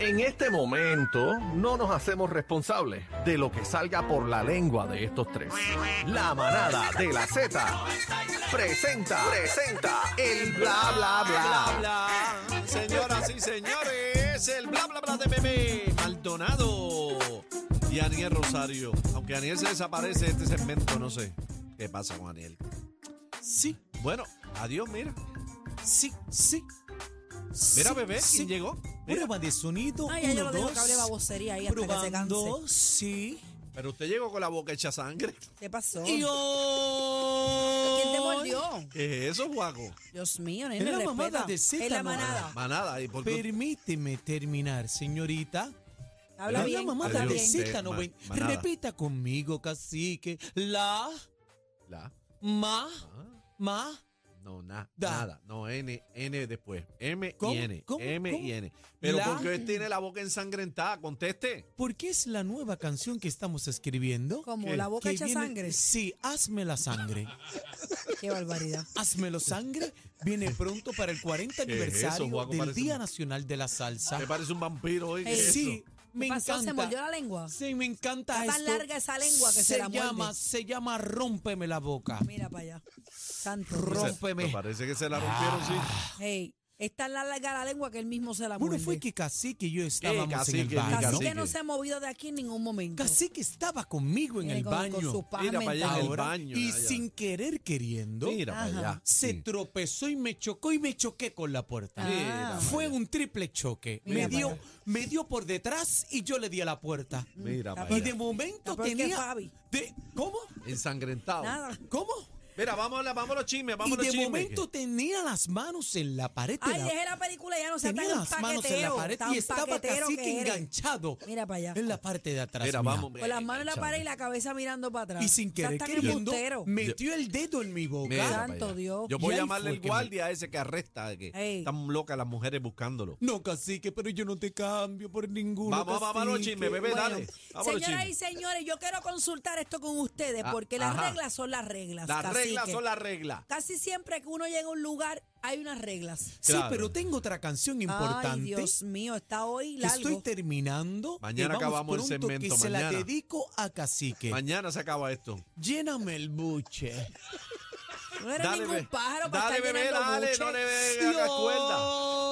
En este momento no nos hacemos responsables de lo que salga por la lengua de estos tres. La manada de la Z presenta, presenta el bla bla bla. bla. Señoras y señores, el bla bla bla de Bebé Maldonado y Aniel Rosario. Aunque Aniel se desaparece de este segmento, no sé qué pasa con Aniel. Sí, bueno, adiós, mira. Sí, sí. Mira, Sí, Bebé, sí. ¿quién llegó? Mira. Prueba de sonido. Ay, ya yo uno, lo dejo dos. que hable babosería ahí hasta que se canse. Probando, sí. Pero usted llegó con la boca hecha sangre. ¿Qué pasó? Y hoy- ¿Quién te mordió? ¿Qué es eso, Juaco? Dios mío, Es nene, la respeta. mamada de Es la Zeta, mamá. manada. Manada, ¿y por qué? Permíteme terminar, señorita. Habla Es bien. la mamada habla de Adiós. bien. Zeta Eh, ma- 90. manada. Repita conmigo, cacique. La, La. ma, ah, ma. No, na- Da. nada. No, N, N después. M ¿Cómo? y N. ¿Cómo? M ¿Cómo? y N. Pero La- ¿por qué usted tiene la boca ensangrentada? Conteste. Porque es la nueva canción que estamos escribiendo. Como ¿Qué? la boca que hecha viene- sangre. Sí, hazme la sangre. Qué barbaridad. Hazmelo sangre viene pronto para el 40 ¿Qué es eso, aniversario Juaco? del Parece un- Día Nacional de la Salsa. Me parece un vampiro hoy. ¿qué Ey. es Ah. Sí, eso? me pasó? ¿Se mordió encanta. la lengua? Sí, me encanta Está tan esto. larga esa lengua que se la muerde. llama, se llama Rómpeme la boca. Mira para allá. Santo. O sea, Dios. Rómpeme. me parece que se la rompieron, sí. Hey, es tan larga la lengua que él mismo se la muerde. Bueno, fue que Cacique y yo estábamos en Eh, Cacique, el baño. mi Cacique, Cacique no se ha movido de aquí en ningún momento. estaba conmigo en Viene el con- baño. Con sus pajas Mira para allá en el mentales. Ah, Ahora, baño, y allá. sin querer queriendo, Mira para Ajá. allá. Mm. se Sí. tropezó y me chocó y me choqué con la puerta. Ah. Mira Fue para allá. un triple choque. Mira Me dio, me dio por detrás y yo le di a la puerta. Mira Está para Y allá. de momento Está peor que tenía. Fabi. Ah. de- ¿Cómo? Ensangrentado. Nada. ¿Cómo? Mira, vamos a, la- vamos a los chismes, vamos Y a los de chismes. momento tenía las manos en la pared. de Ay, la- dejé la película y ya no se tenía tan las manos en la paquetero. pared tan y estaba paquetero casi eres. que enganchado Mira para allá. en la parte de atrás. Mira, mía. vamos. Con las manos en la pared y la cabeza mirando para atrás. Y sin O sea, querer está que queriendo, embustero. metió el dedo en mi Mira boca. para Santo allá. Dios. Yo puedo Y ahí llamarle fue el que me- guardia ese que arresta, que Ey. están locas las mujeres buscándolo. No, cacique, pero yo no te cambio por ninguno. Vamos, vamos, vamos a los cacique. chismes, bebé, Bueno, dale. Vamos a los señoras y chismes. señores, yo quiero consultar esto con ustedes Ah, porque las ajá. reglas son las reglas. Las cacique. reglas son las reglas. Casi siempre que uno llega a un lugar hay unas reglas. Sí, Claro. pero tengo otra canción importante. Ay, Dios mío, está hoy que largo. estoy terminando. Mañana y vamos acabamos el pronto, segmento, Que se la mañana. dedico a cacique. Mañana se acaba esto. Lléname el buche. no eres ningún bebé. pájaro para dale, estar bebé, llenando dale, buche. no le des cuerda.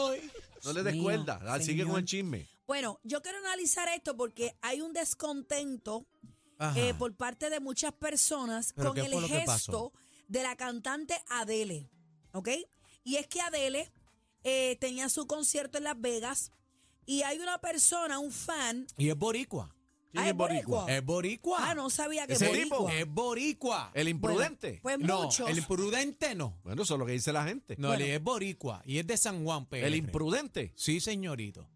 Ay. No le des mío, cuerda. Dale, Sigue con señor. el chisme. Bueno, yo quiero analizar esto porque hay un descontento Ajá. eh, por parte de muchas personas ¿Pero con qué fue el lo que pasó? gesto de la cantante Adele, ¿ok? Y es que Adele eh, tenía su concierto en Las Vegas y hay una persona, un fan, Y es boricua. ¿Quién Ah, es boricua? Es boricua. ah, no sabía que Ese boricua. tipo. Es boricua. El Bueno, imprudente. pues no, muchos. el imprudente no. Bueno, eso es lo que dice la gente. No, Bueno. él es boricua y es de San Juan PR. El imprudente. Sí, señorito.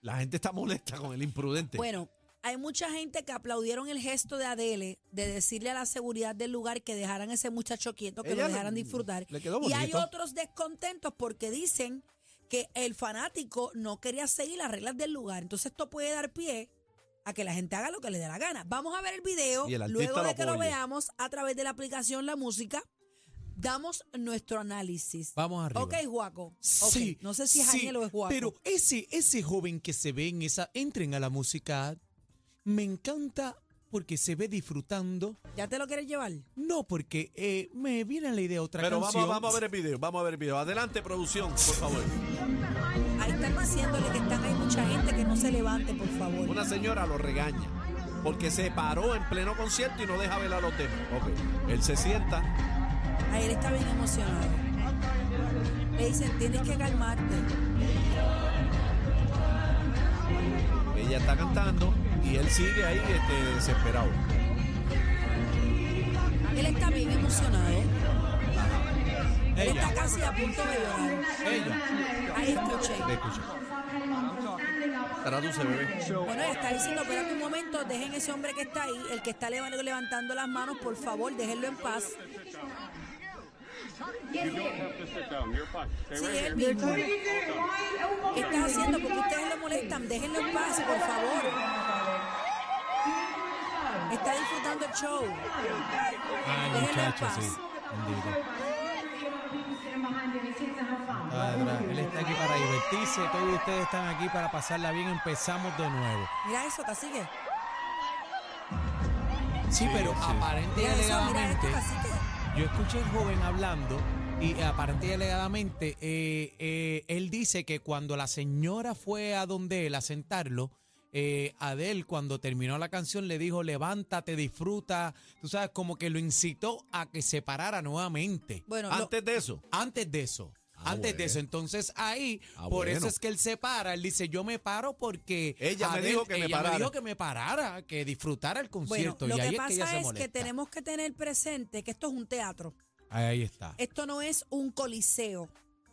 La gente está molesta con el imprudente. Bueno, hay mucha gente que aplaudieron el gesto de Adele de decirle a la seguridad del lugar que dejaran a ese muchacho quieto, que Ella lo le- dejaran disfrutar. le quedó y hay bonito. otros descontentos porque dicen que el fanático no quería seguir las reglas del lugar. Entonces esto puede dar pie a que la gente haga lo que le dé la gana. Vamos a ver el video, Y el artista luego lo de que lo apoye. veamos a través de la aplicación La Música, damos nuestro análisis. Vamos arriba. Ok, Juaco. Ok, No sé si es sí, Ángel o es Juaco. Pero ese, ese joven que se ve en esa, entren a la música, me encanta porque se ve disfrutando. ¿Ya te lo quieres llevar? No, porque eh, me viene a la idea otra Pero canción. vamos, vamos a ver el video, vamos a ver el video. Adelante, producción, por favor. Ahí están diciéndole que están, hay mucha gente que no se levante, por favor. Una señora lo regaña porque se paró en pleno concierto y no deja ver a los demás. Ok, él se sienta. Ahí él está bien emocionado. Le dicen, tienes que calmarte. Ella está cantando y él sigue ahí este, desesperado. Él está bien emocionado. Él está Ella, casi a punto de llorar. ella. Ahí escuché. Le escucha. Traduce, bebé. Bueno, él está diciendo, espérate un momento, dejen ese hombre que está ahí, el que está lev- levantando las manos, por favor, déjenlo en paz. Sí, él mismo. ¿Qué estás haciendo? Porque ustedes lo molestan. Déjenlo en paz, por favor. Está disfrutando el show. Ay, Déjenlo en muchacho, paz. sí. bendito. Adra, Ah, Él está aquí para divertirse, todos ustedes están aquí para pasarla bien, empezamos de nuevo. Mira eso, cacique. Sí, pero aparente y Mira eso, mira esto, alegadamente, cacique. yo escuché al joven hablando y aparente y alegadamente, eh, eh, él dice que cuando la señora fue a donde él a sentarlo, eh, Adel cuando terminó la canción le dijo, levántate, disfruta, tú sabes, como que lo incitó a que se parara nuevamente. Bueno, lo- Antes de eso. Antes de eso. Ah, antes de bueno. eso. Entonces ahí, Ah, por bueno. eso es que él se para. Él dice, yo me paro porque Ella me dijo que me ella parara". dijo que me parara, que disfrutara el bueno, concierto. lo y ahí que es que ella pasa se es molesta. que tenemos que tener presente que esto es un teatro. Ahí está. Esto no es un coliseo,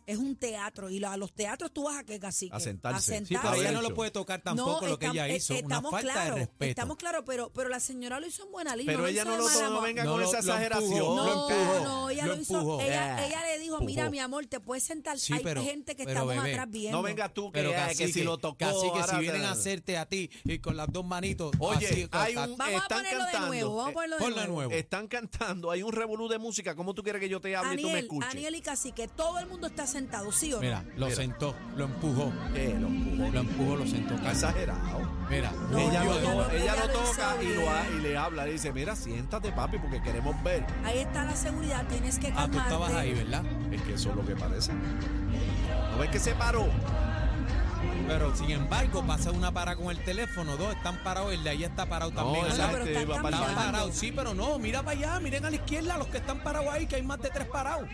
es un teatro. Y lo- a los teatros tú vas a qué cacique. A sentarse. Sí, Pero Está ella bien no hecho. lo puede tocar tampoco No, lo que estam- ella eh, hizo. Una estamos falta claro, de respeto. Estamos claros, pero, pero la señora lo hizo en buena línea. Pero ella hizo no de lo mala tomó, mo- venga con esa exageración. empujó, No, Lo empujó. no, ella lo lo, hizo. empujó. Ah, Ella, ella le dijo, mira, Empujó. mi amor, te puedes sentar. Sí, Hay pero- gente que pero, estamos bebé, atrás viendo. No venga tú que, Pero ay, casi que si lo tocó. Casi que si ahora vienen te- a hacerte a ti y con las dos manitos. Oye, así, hay ta- un- Vamos a Están ponerlo de cantando. nuevo, vamos a Eh, ponerlo de ponla nuevo. nuevo. Están cantando, hay un revolú de música. ¿Cómo tú quieres que yo te hable y tú me Aniel, escuches? Aniel y Cacique, todo el mundo está sentado, ¿sí o no? Mira, lo Mira. sentó, lo empujó, Que lo empujó. lo empujó, lo sentó. Está Exagerado. Mira, No, ella, yo lo, Ah, no, to- ella ella lo lo hizo toca y, lo ha- bien. y le habla. Le dice, mira, siéntate, papi, porque queremos ver. Ahí está la seguridad, tienes que Ah, tú calmarte. estabas ahí, ¿verdad? Es que eso es lo que parece. ¿No ves que se paró? Pero sin embargo, pasa una para con el teléfono, dos están parados, el de allá está parado también. esa o sea, gente pero están están cambiando. parados, sí, pero no, mira para allá, miren a la izquierda los que están parados ahí, que hay más de tres parados.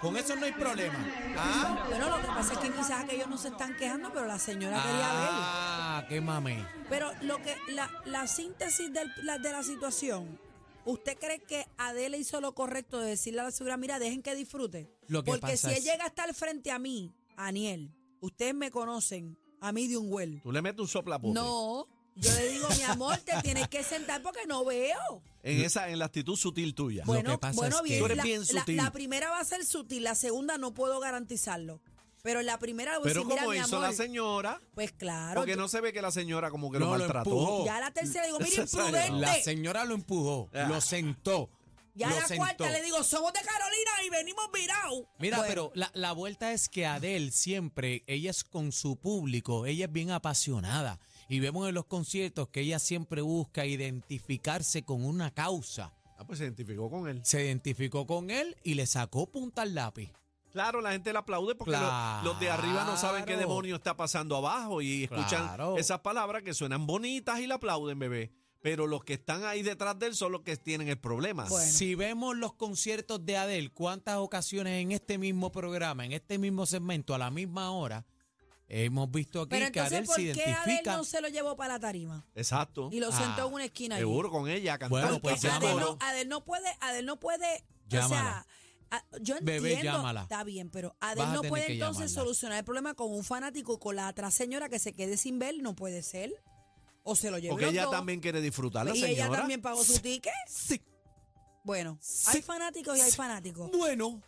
Con eso no hay problema. Ah, Bueno, lo que pasa es que quizás aquellos no se están quejando, pero la señora quería ver. ah qué mame. Pero lo que la, la síntesis del- la- de la situación, ¿usted cree que Adele hizo lo correcto de decirle a la seguridad, mira, dejen que disfrute? Lo que Porque pasa si es- él llega hasta el frente a mí, Aniel, ustedes me conocen, a mí de un huel. Tú le metes un soplapote. No, yo le digo, mi amor, te tienes que sentar porque no veo. En, esa, en la actitud sutil tuya. Bueno, Bueno, que pasa bueno, es que- bien, Tú eres la, bien la- sutil. la primera va a ser sutil, la segunda no puedo garantizarlo. Pero en la primera voy a Pero decir, mira, como mi hizo amor. la señora, Pues claro. porque yo- no se ve que la señora como que No, lo lo maltrató. empujó. Ya la tercera digo, mira, Esa es la- imprudente. La señora lo empujó, Ah. lo sentó. Ya lo la sentó. cuarta le digo, somos de Carolina y venimos virados. Mira, Bueno, pero la, la vuelta es que Adele siempre, ella es con su público, ella es bien apasionada. Y vemos en los conciertos que ella siempre busca identificarse con una causa. Ah, pues se identificó con él. Se identificó con él y le sacó punta al lápiz. Claro, la gente le aplaude porque lo- Claro. los de arriba no saben qué demonio está pasando abajo y escuchan Claro. esas palabras que suenan bonitas y le aplauden, bebé. Pero los que están ahí detrás de él son los que tienen el problema. Bueno. Si vemos los conciertos de Adele, cuántas ocasiones en este mismo programa, en este mismo segmento, a la misma hora, hemos visto aquí Pero que Adele entonces, ¿por se qué Adel identifica. no se lo llevó para la tarima? Exacto. Y lo Ah, sentó en una esquina ahí. Seguro con ella cantando. Bueno, pues Porque Adel llámalo. no, Adel no puede, Adel no puede, Llámala. o sea, a- yo entiendo, Bebé, llámala. está bien, pero Vas Adel a no tener puede que entonces llamarla. solucionar el problema con un fanático y con la otra señora que se quede sin ver, no puede ser. O se lo llevó. porque ella también quiere disfrutar la Y señora. ella también pagó su ticket. Sí. Bueno, Sí. hay fanáticos y hay fanáticos. Bueno,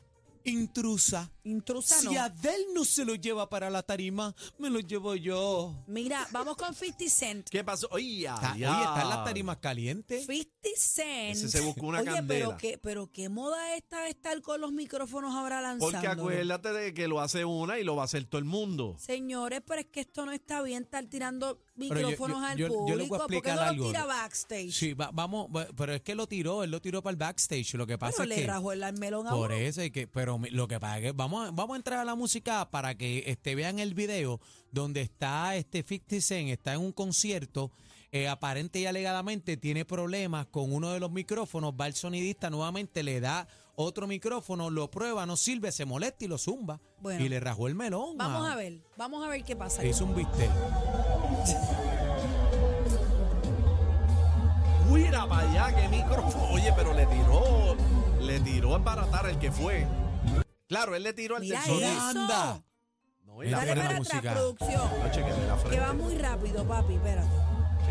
intrusa. Intrusa no. Si Adele no se lo lleva para la tarima, me lo llevo yo. Mira, vamos con 50 Cent. ¿Qué pasó? Oye, Está, ay, oye, están las ay. tarimas calientes. 50 Cent. Ese se buscó una Oye, candela. Pero qué, pero qué moda esta estar con los micrófonos ahora lanzando. Porque acuérdate de que lo hace una y lo va a hacer todo el mundo. Señores, pero es que esto no está bien estar tirando yo- yo- micrófonos al yo- yo le voy a público. porque explicar no algo. lo tira backstage? Sí, va- vamos, va- pero es que lo tiró, él lo tiró para el backstage. Lo que Bueno, pasa es le que. rajó el melón a Por uno. eso, es que, pero mi- lo que pasa es que vamos, a- vamos a entrar a la música para que este, vean el video donde está este 50 Cent, está en un concierto, eh, aparente y alegadamente tiene problemas con uno de los micrófonos, va el sonidista, nuevamente le da otro micrófono, lo prueba, no sirve, se molesta y lo zumba. Bueno. y le rajó el melón. Vamos mano. a ver, vamos a ver qué pasa. Le hizo un bistec. Mira para allá, qué micrófono. Oye, pero le tiró, le tiró a embaratar el que fue. Claro, él le tiró al Mira sensor. eso. ¡Anda! No, y la Dale buena para frente. atrás, música. producción. No, chequenle la Que frente. va muy rápido, papi, espérate.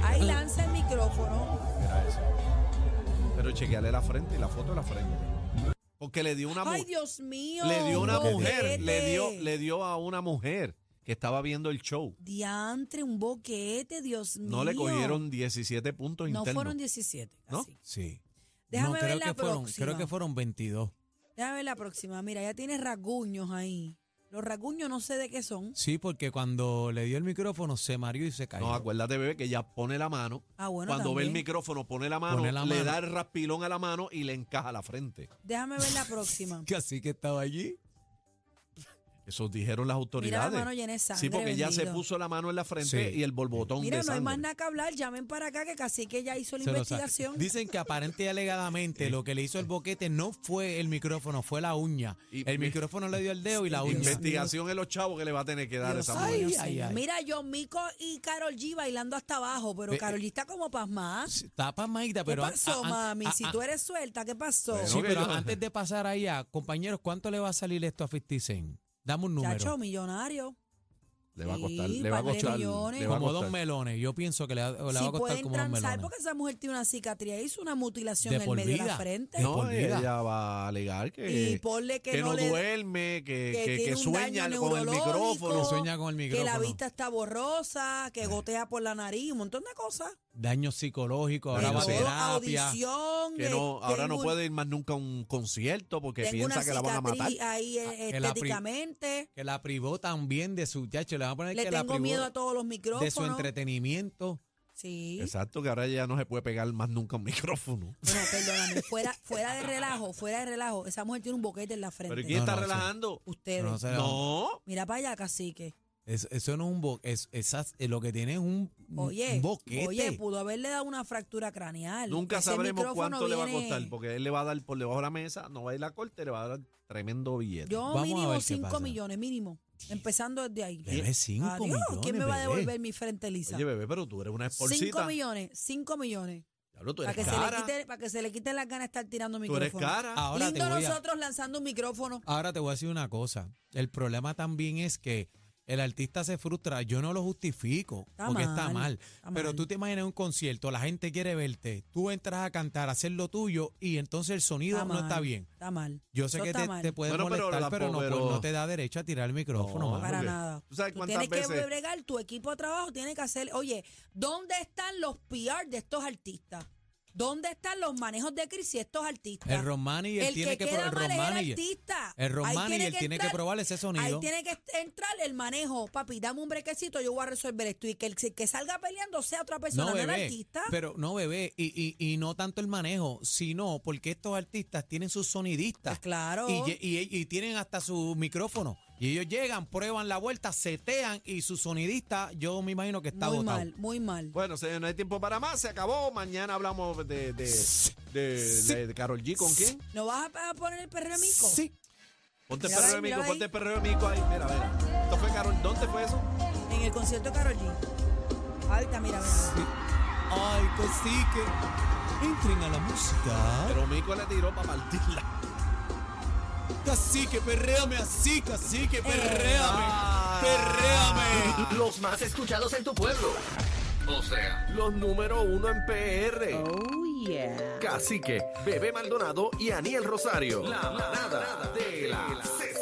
Ahí lanza el micrófono. Mira eso. Pero chequeale la frente y la foto de la frente. Porque le dio una Ay, mujer. Dios mío. Le dio una un mujer. Le dio, boquete. le dio a una mujer que estaba viendo el show. Diantre, un boquete, Dios mío. No le cogieron 17 puntos No internos. fueron 17. ¿No? así. Sí. Déjame ver creo la que fueron, próxima. Creo que fueron 22. Déjame ver la próxima. Mira, ya tiene rasguños ahí. Los rasguños no sé de qué son. Sí, porque cuando le dio el micrófono se mareó y se cayó. No, acuérdate, bebé, que ella pone la mano. Ah, bueno, Cuando ve el también. micrófono, pone la mano, Pone la le mano. da el raspilón a la mano y le encaja la frente. Déjame ver la próxima. Que así que estaba allí. Eso dijeron las Mira, autoridades. hermano, llena de sangre. sí, porque ya se bendito. puso la mano en la frente Sí. y el borbotón Mira, de no hay sangre. más nada que hablar. Llamen para acá que casi que ya hizo la Se lo sa- investigación. Dicen que aparente y alegadamente lo que le hizo el boquete no fue el micrófono, fue la uña. Y- el micrófono le dio el dedo y la uña. Investigación en los chavos que le va a tener que dar Dios esa mío, mujer. Ay, señor. ay, ay. Mira, John Mico y Carol G bailando hasta abajo, pero Eh, Carol G está como pasmada. Sí, Está pasmadita, ¿Qué pero... an- pasó, an- mami? a- si a- tú eres suelta, ¿qué pasó? Bueno, Sí, que pero yo- antes de pasar allá, compañeros, ¿cuánto le va a salir esto a 50 Cent? Dame un número. Chacho, millonario. Le va a Sí, costar, le va a par de costar. millones. Le va a como dos costar. melones. Yo pienso que le, va- le va si a costar pueden como dos transar, melones. porque esa mujer tiene una cicatriz, hizo una mutilación De en el por medio de la vida. frente. De No, por vida. ella va a alegar y que, ponle que, que no, no le duerme, que, que que- que tiene un sueña daño con el Que micrófono. neurológico. sueña con el que micrófono. la vista está borrosa, Eh. que gotea por la nariz, un montón de cosas. Daño psicológico, ahora Daño va a Todo, terapia. audición, Que no, eh, ahora no tengo un- puede ir más nunca a un concierto porque tengo una piensa que la van a matar. cicatriz ahí eh, Ah, que la pri- estéticamente. Que la privó también de su techo. Le van a poner Le que la tengo privó miedo a todos los de su micrófonos. entretenimiento. Sí. Exacto, que ahora ya no se puede pegar más nunca un micrófono. Bueno, perdóname, fuera, fuera de relajo, fuera de relajo. Esa mujer tiene un boquete en la frente. Pero ¿y quién No, está no, sí. relajando? Ustedes. No, o sea, No. Mira para allá, cacique. es- eso no es un bo, es, esas- eh, lo que tiene es un, un Oye, boquete. oye, pudo haberle dado una fractura craneal. Nunca Ese sabremos micrófono cuánto le va a viene- costar, porque él le va a dar por debajo de la mesa, no va a ir a la corte, le va a dar tremendo billete. Yo Vamos a mínimo ver qué 5 pasa. millones, mínimo. Empezando desde ahí. Bebé, cinco Adiós, millones, ¿quién me va a bebé. devolver mi frente lisa? Oye, bebé, pero tú eres una 5 esporcita. millones, 5 millones. Diablo, tú Para eres que, se le cara. quite, para que se le quiten las ganas de estar tirando Tú eres micrófono. cara. Ahora te Lindo voy a- nosotros lanzando un micrófono. Ahora te voy a decir una cosa. El problema también es que el artista se frustra. Yo no lo justifico Está porque está mal, mal. está Pero mal. tú te imaginas un concierto, la gente quiere verte, tú entras a cantar, a hacer lo tuyo y entonces el sonido no mal, está bien. Está mal. Yo sé Eso que está te, mal. te puede Bueno, pero molestar, la pero, no, pero- pues, no te da derecho a tirar el micrófono. No, mano. Para Porque nada. tú sabes cuántas tienes que veces- bregar, tu equipo de trabajo tiene que hacer. Oye, ¿dónde están los PR de estos artistas? ¿Dónde están los manejos de crisis de estos artistas? El road manager El tiene que, que, pro- queda el road mal es el manager. artista. El road Ahí manager tiene que entrar- probar ese Ahí sonido. tiene que est- entrar el manejo. Papi, dame un brequecito, yo voy a resolver esto. Y que el que salga peleando sea otra persona, no, No, el bebé. artista. Pero no, bebé. Y, y, y no tanto el manejo, sino porque estos artistas tienen sus sonidistas. Pues claro. Y, lle- y- y tienen hasta su micrófono. Y ellos llegan, prueban la vuelta, setean y su sonidista, yo me imagino que está muy botado. mal, muy mal. Bueno, señor, no hay tiempo para más, se acabó. Mañana hablamos de, de, Sí. de, de Carol G. ¿Con quién? ¿No vas a a poner el perreo mico? Sí. Ponte el Mira perreo ahí, de mico, mira ponte ahí. el perreo de mico ahí. Mira, mira. ¿Esto fue Carol? ¿Dónde fue eso? En el concierto de Karol G. Ahorita, mira, mira. Ay, cacique. Entren a la música. Pero Mico le tiró para partirla. Cacique, perréame así, cacique, Eh, ah. perréame. Perréame. Los más escuchados en tu pueblo. O sea, los número uno en PR. Oh, yeah. Cacique, Bebé Maldonado y Aniel Rosario. La manada de la Z.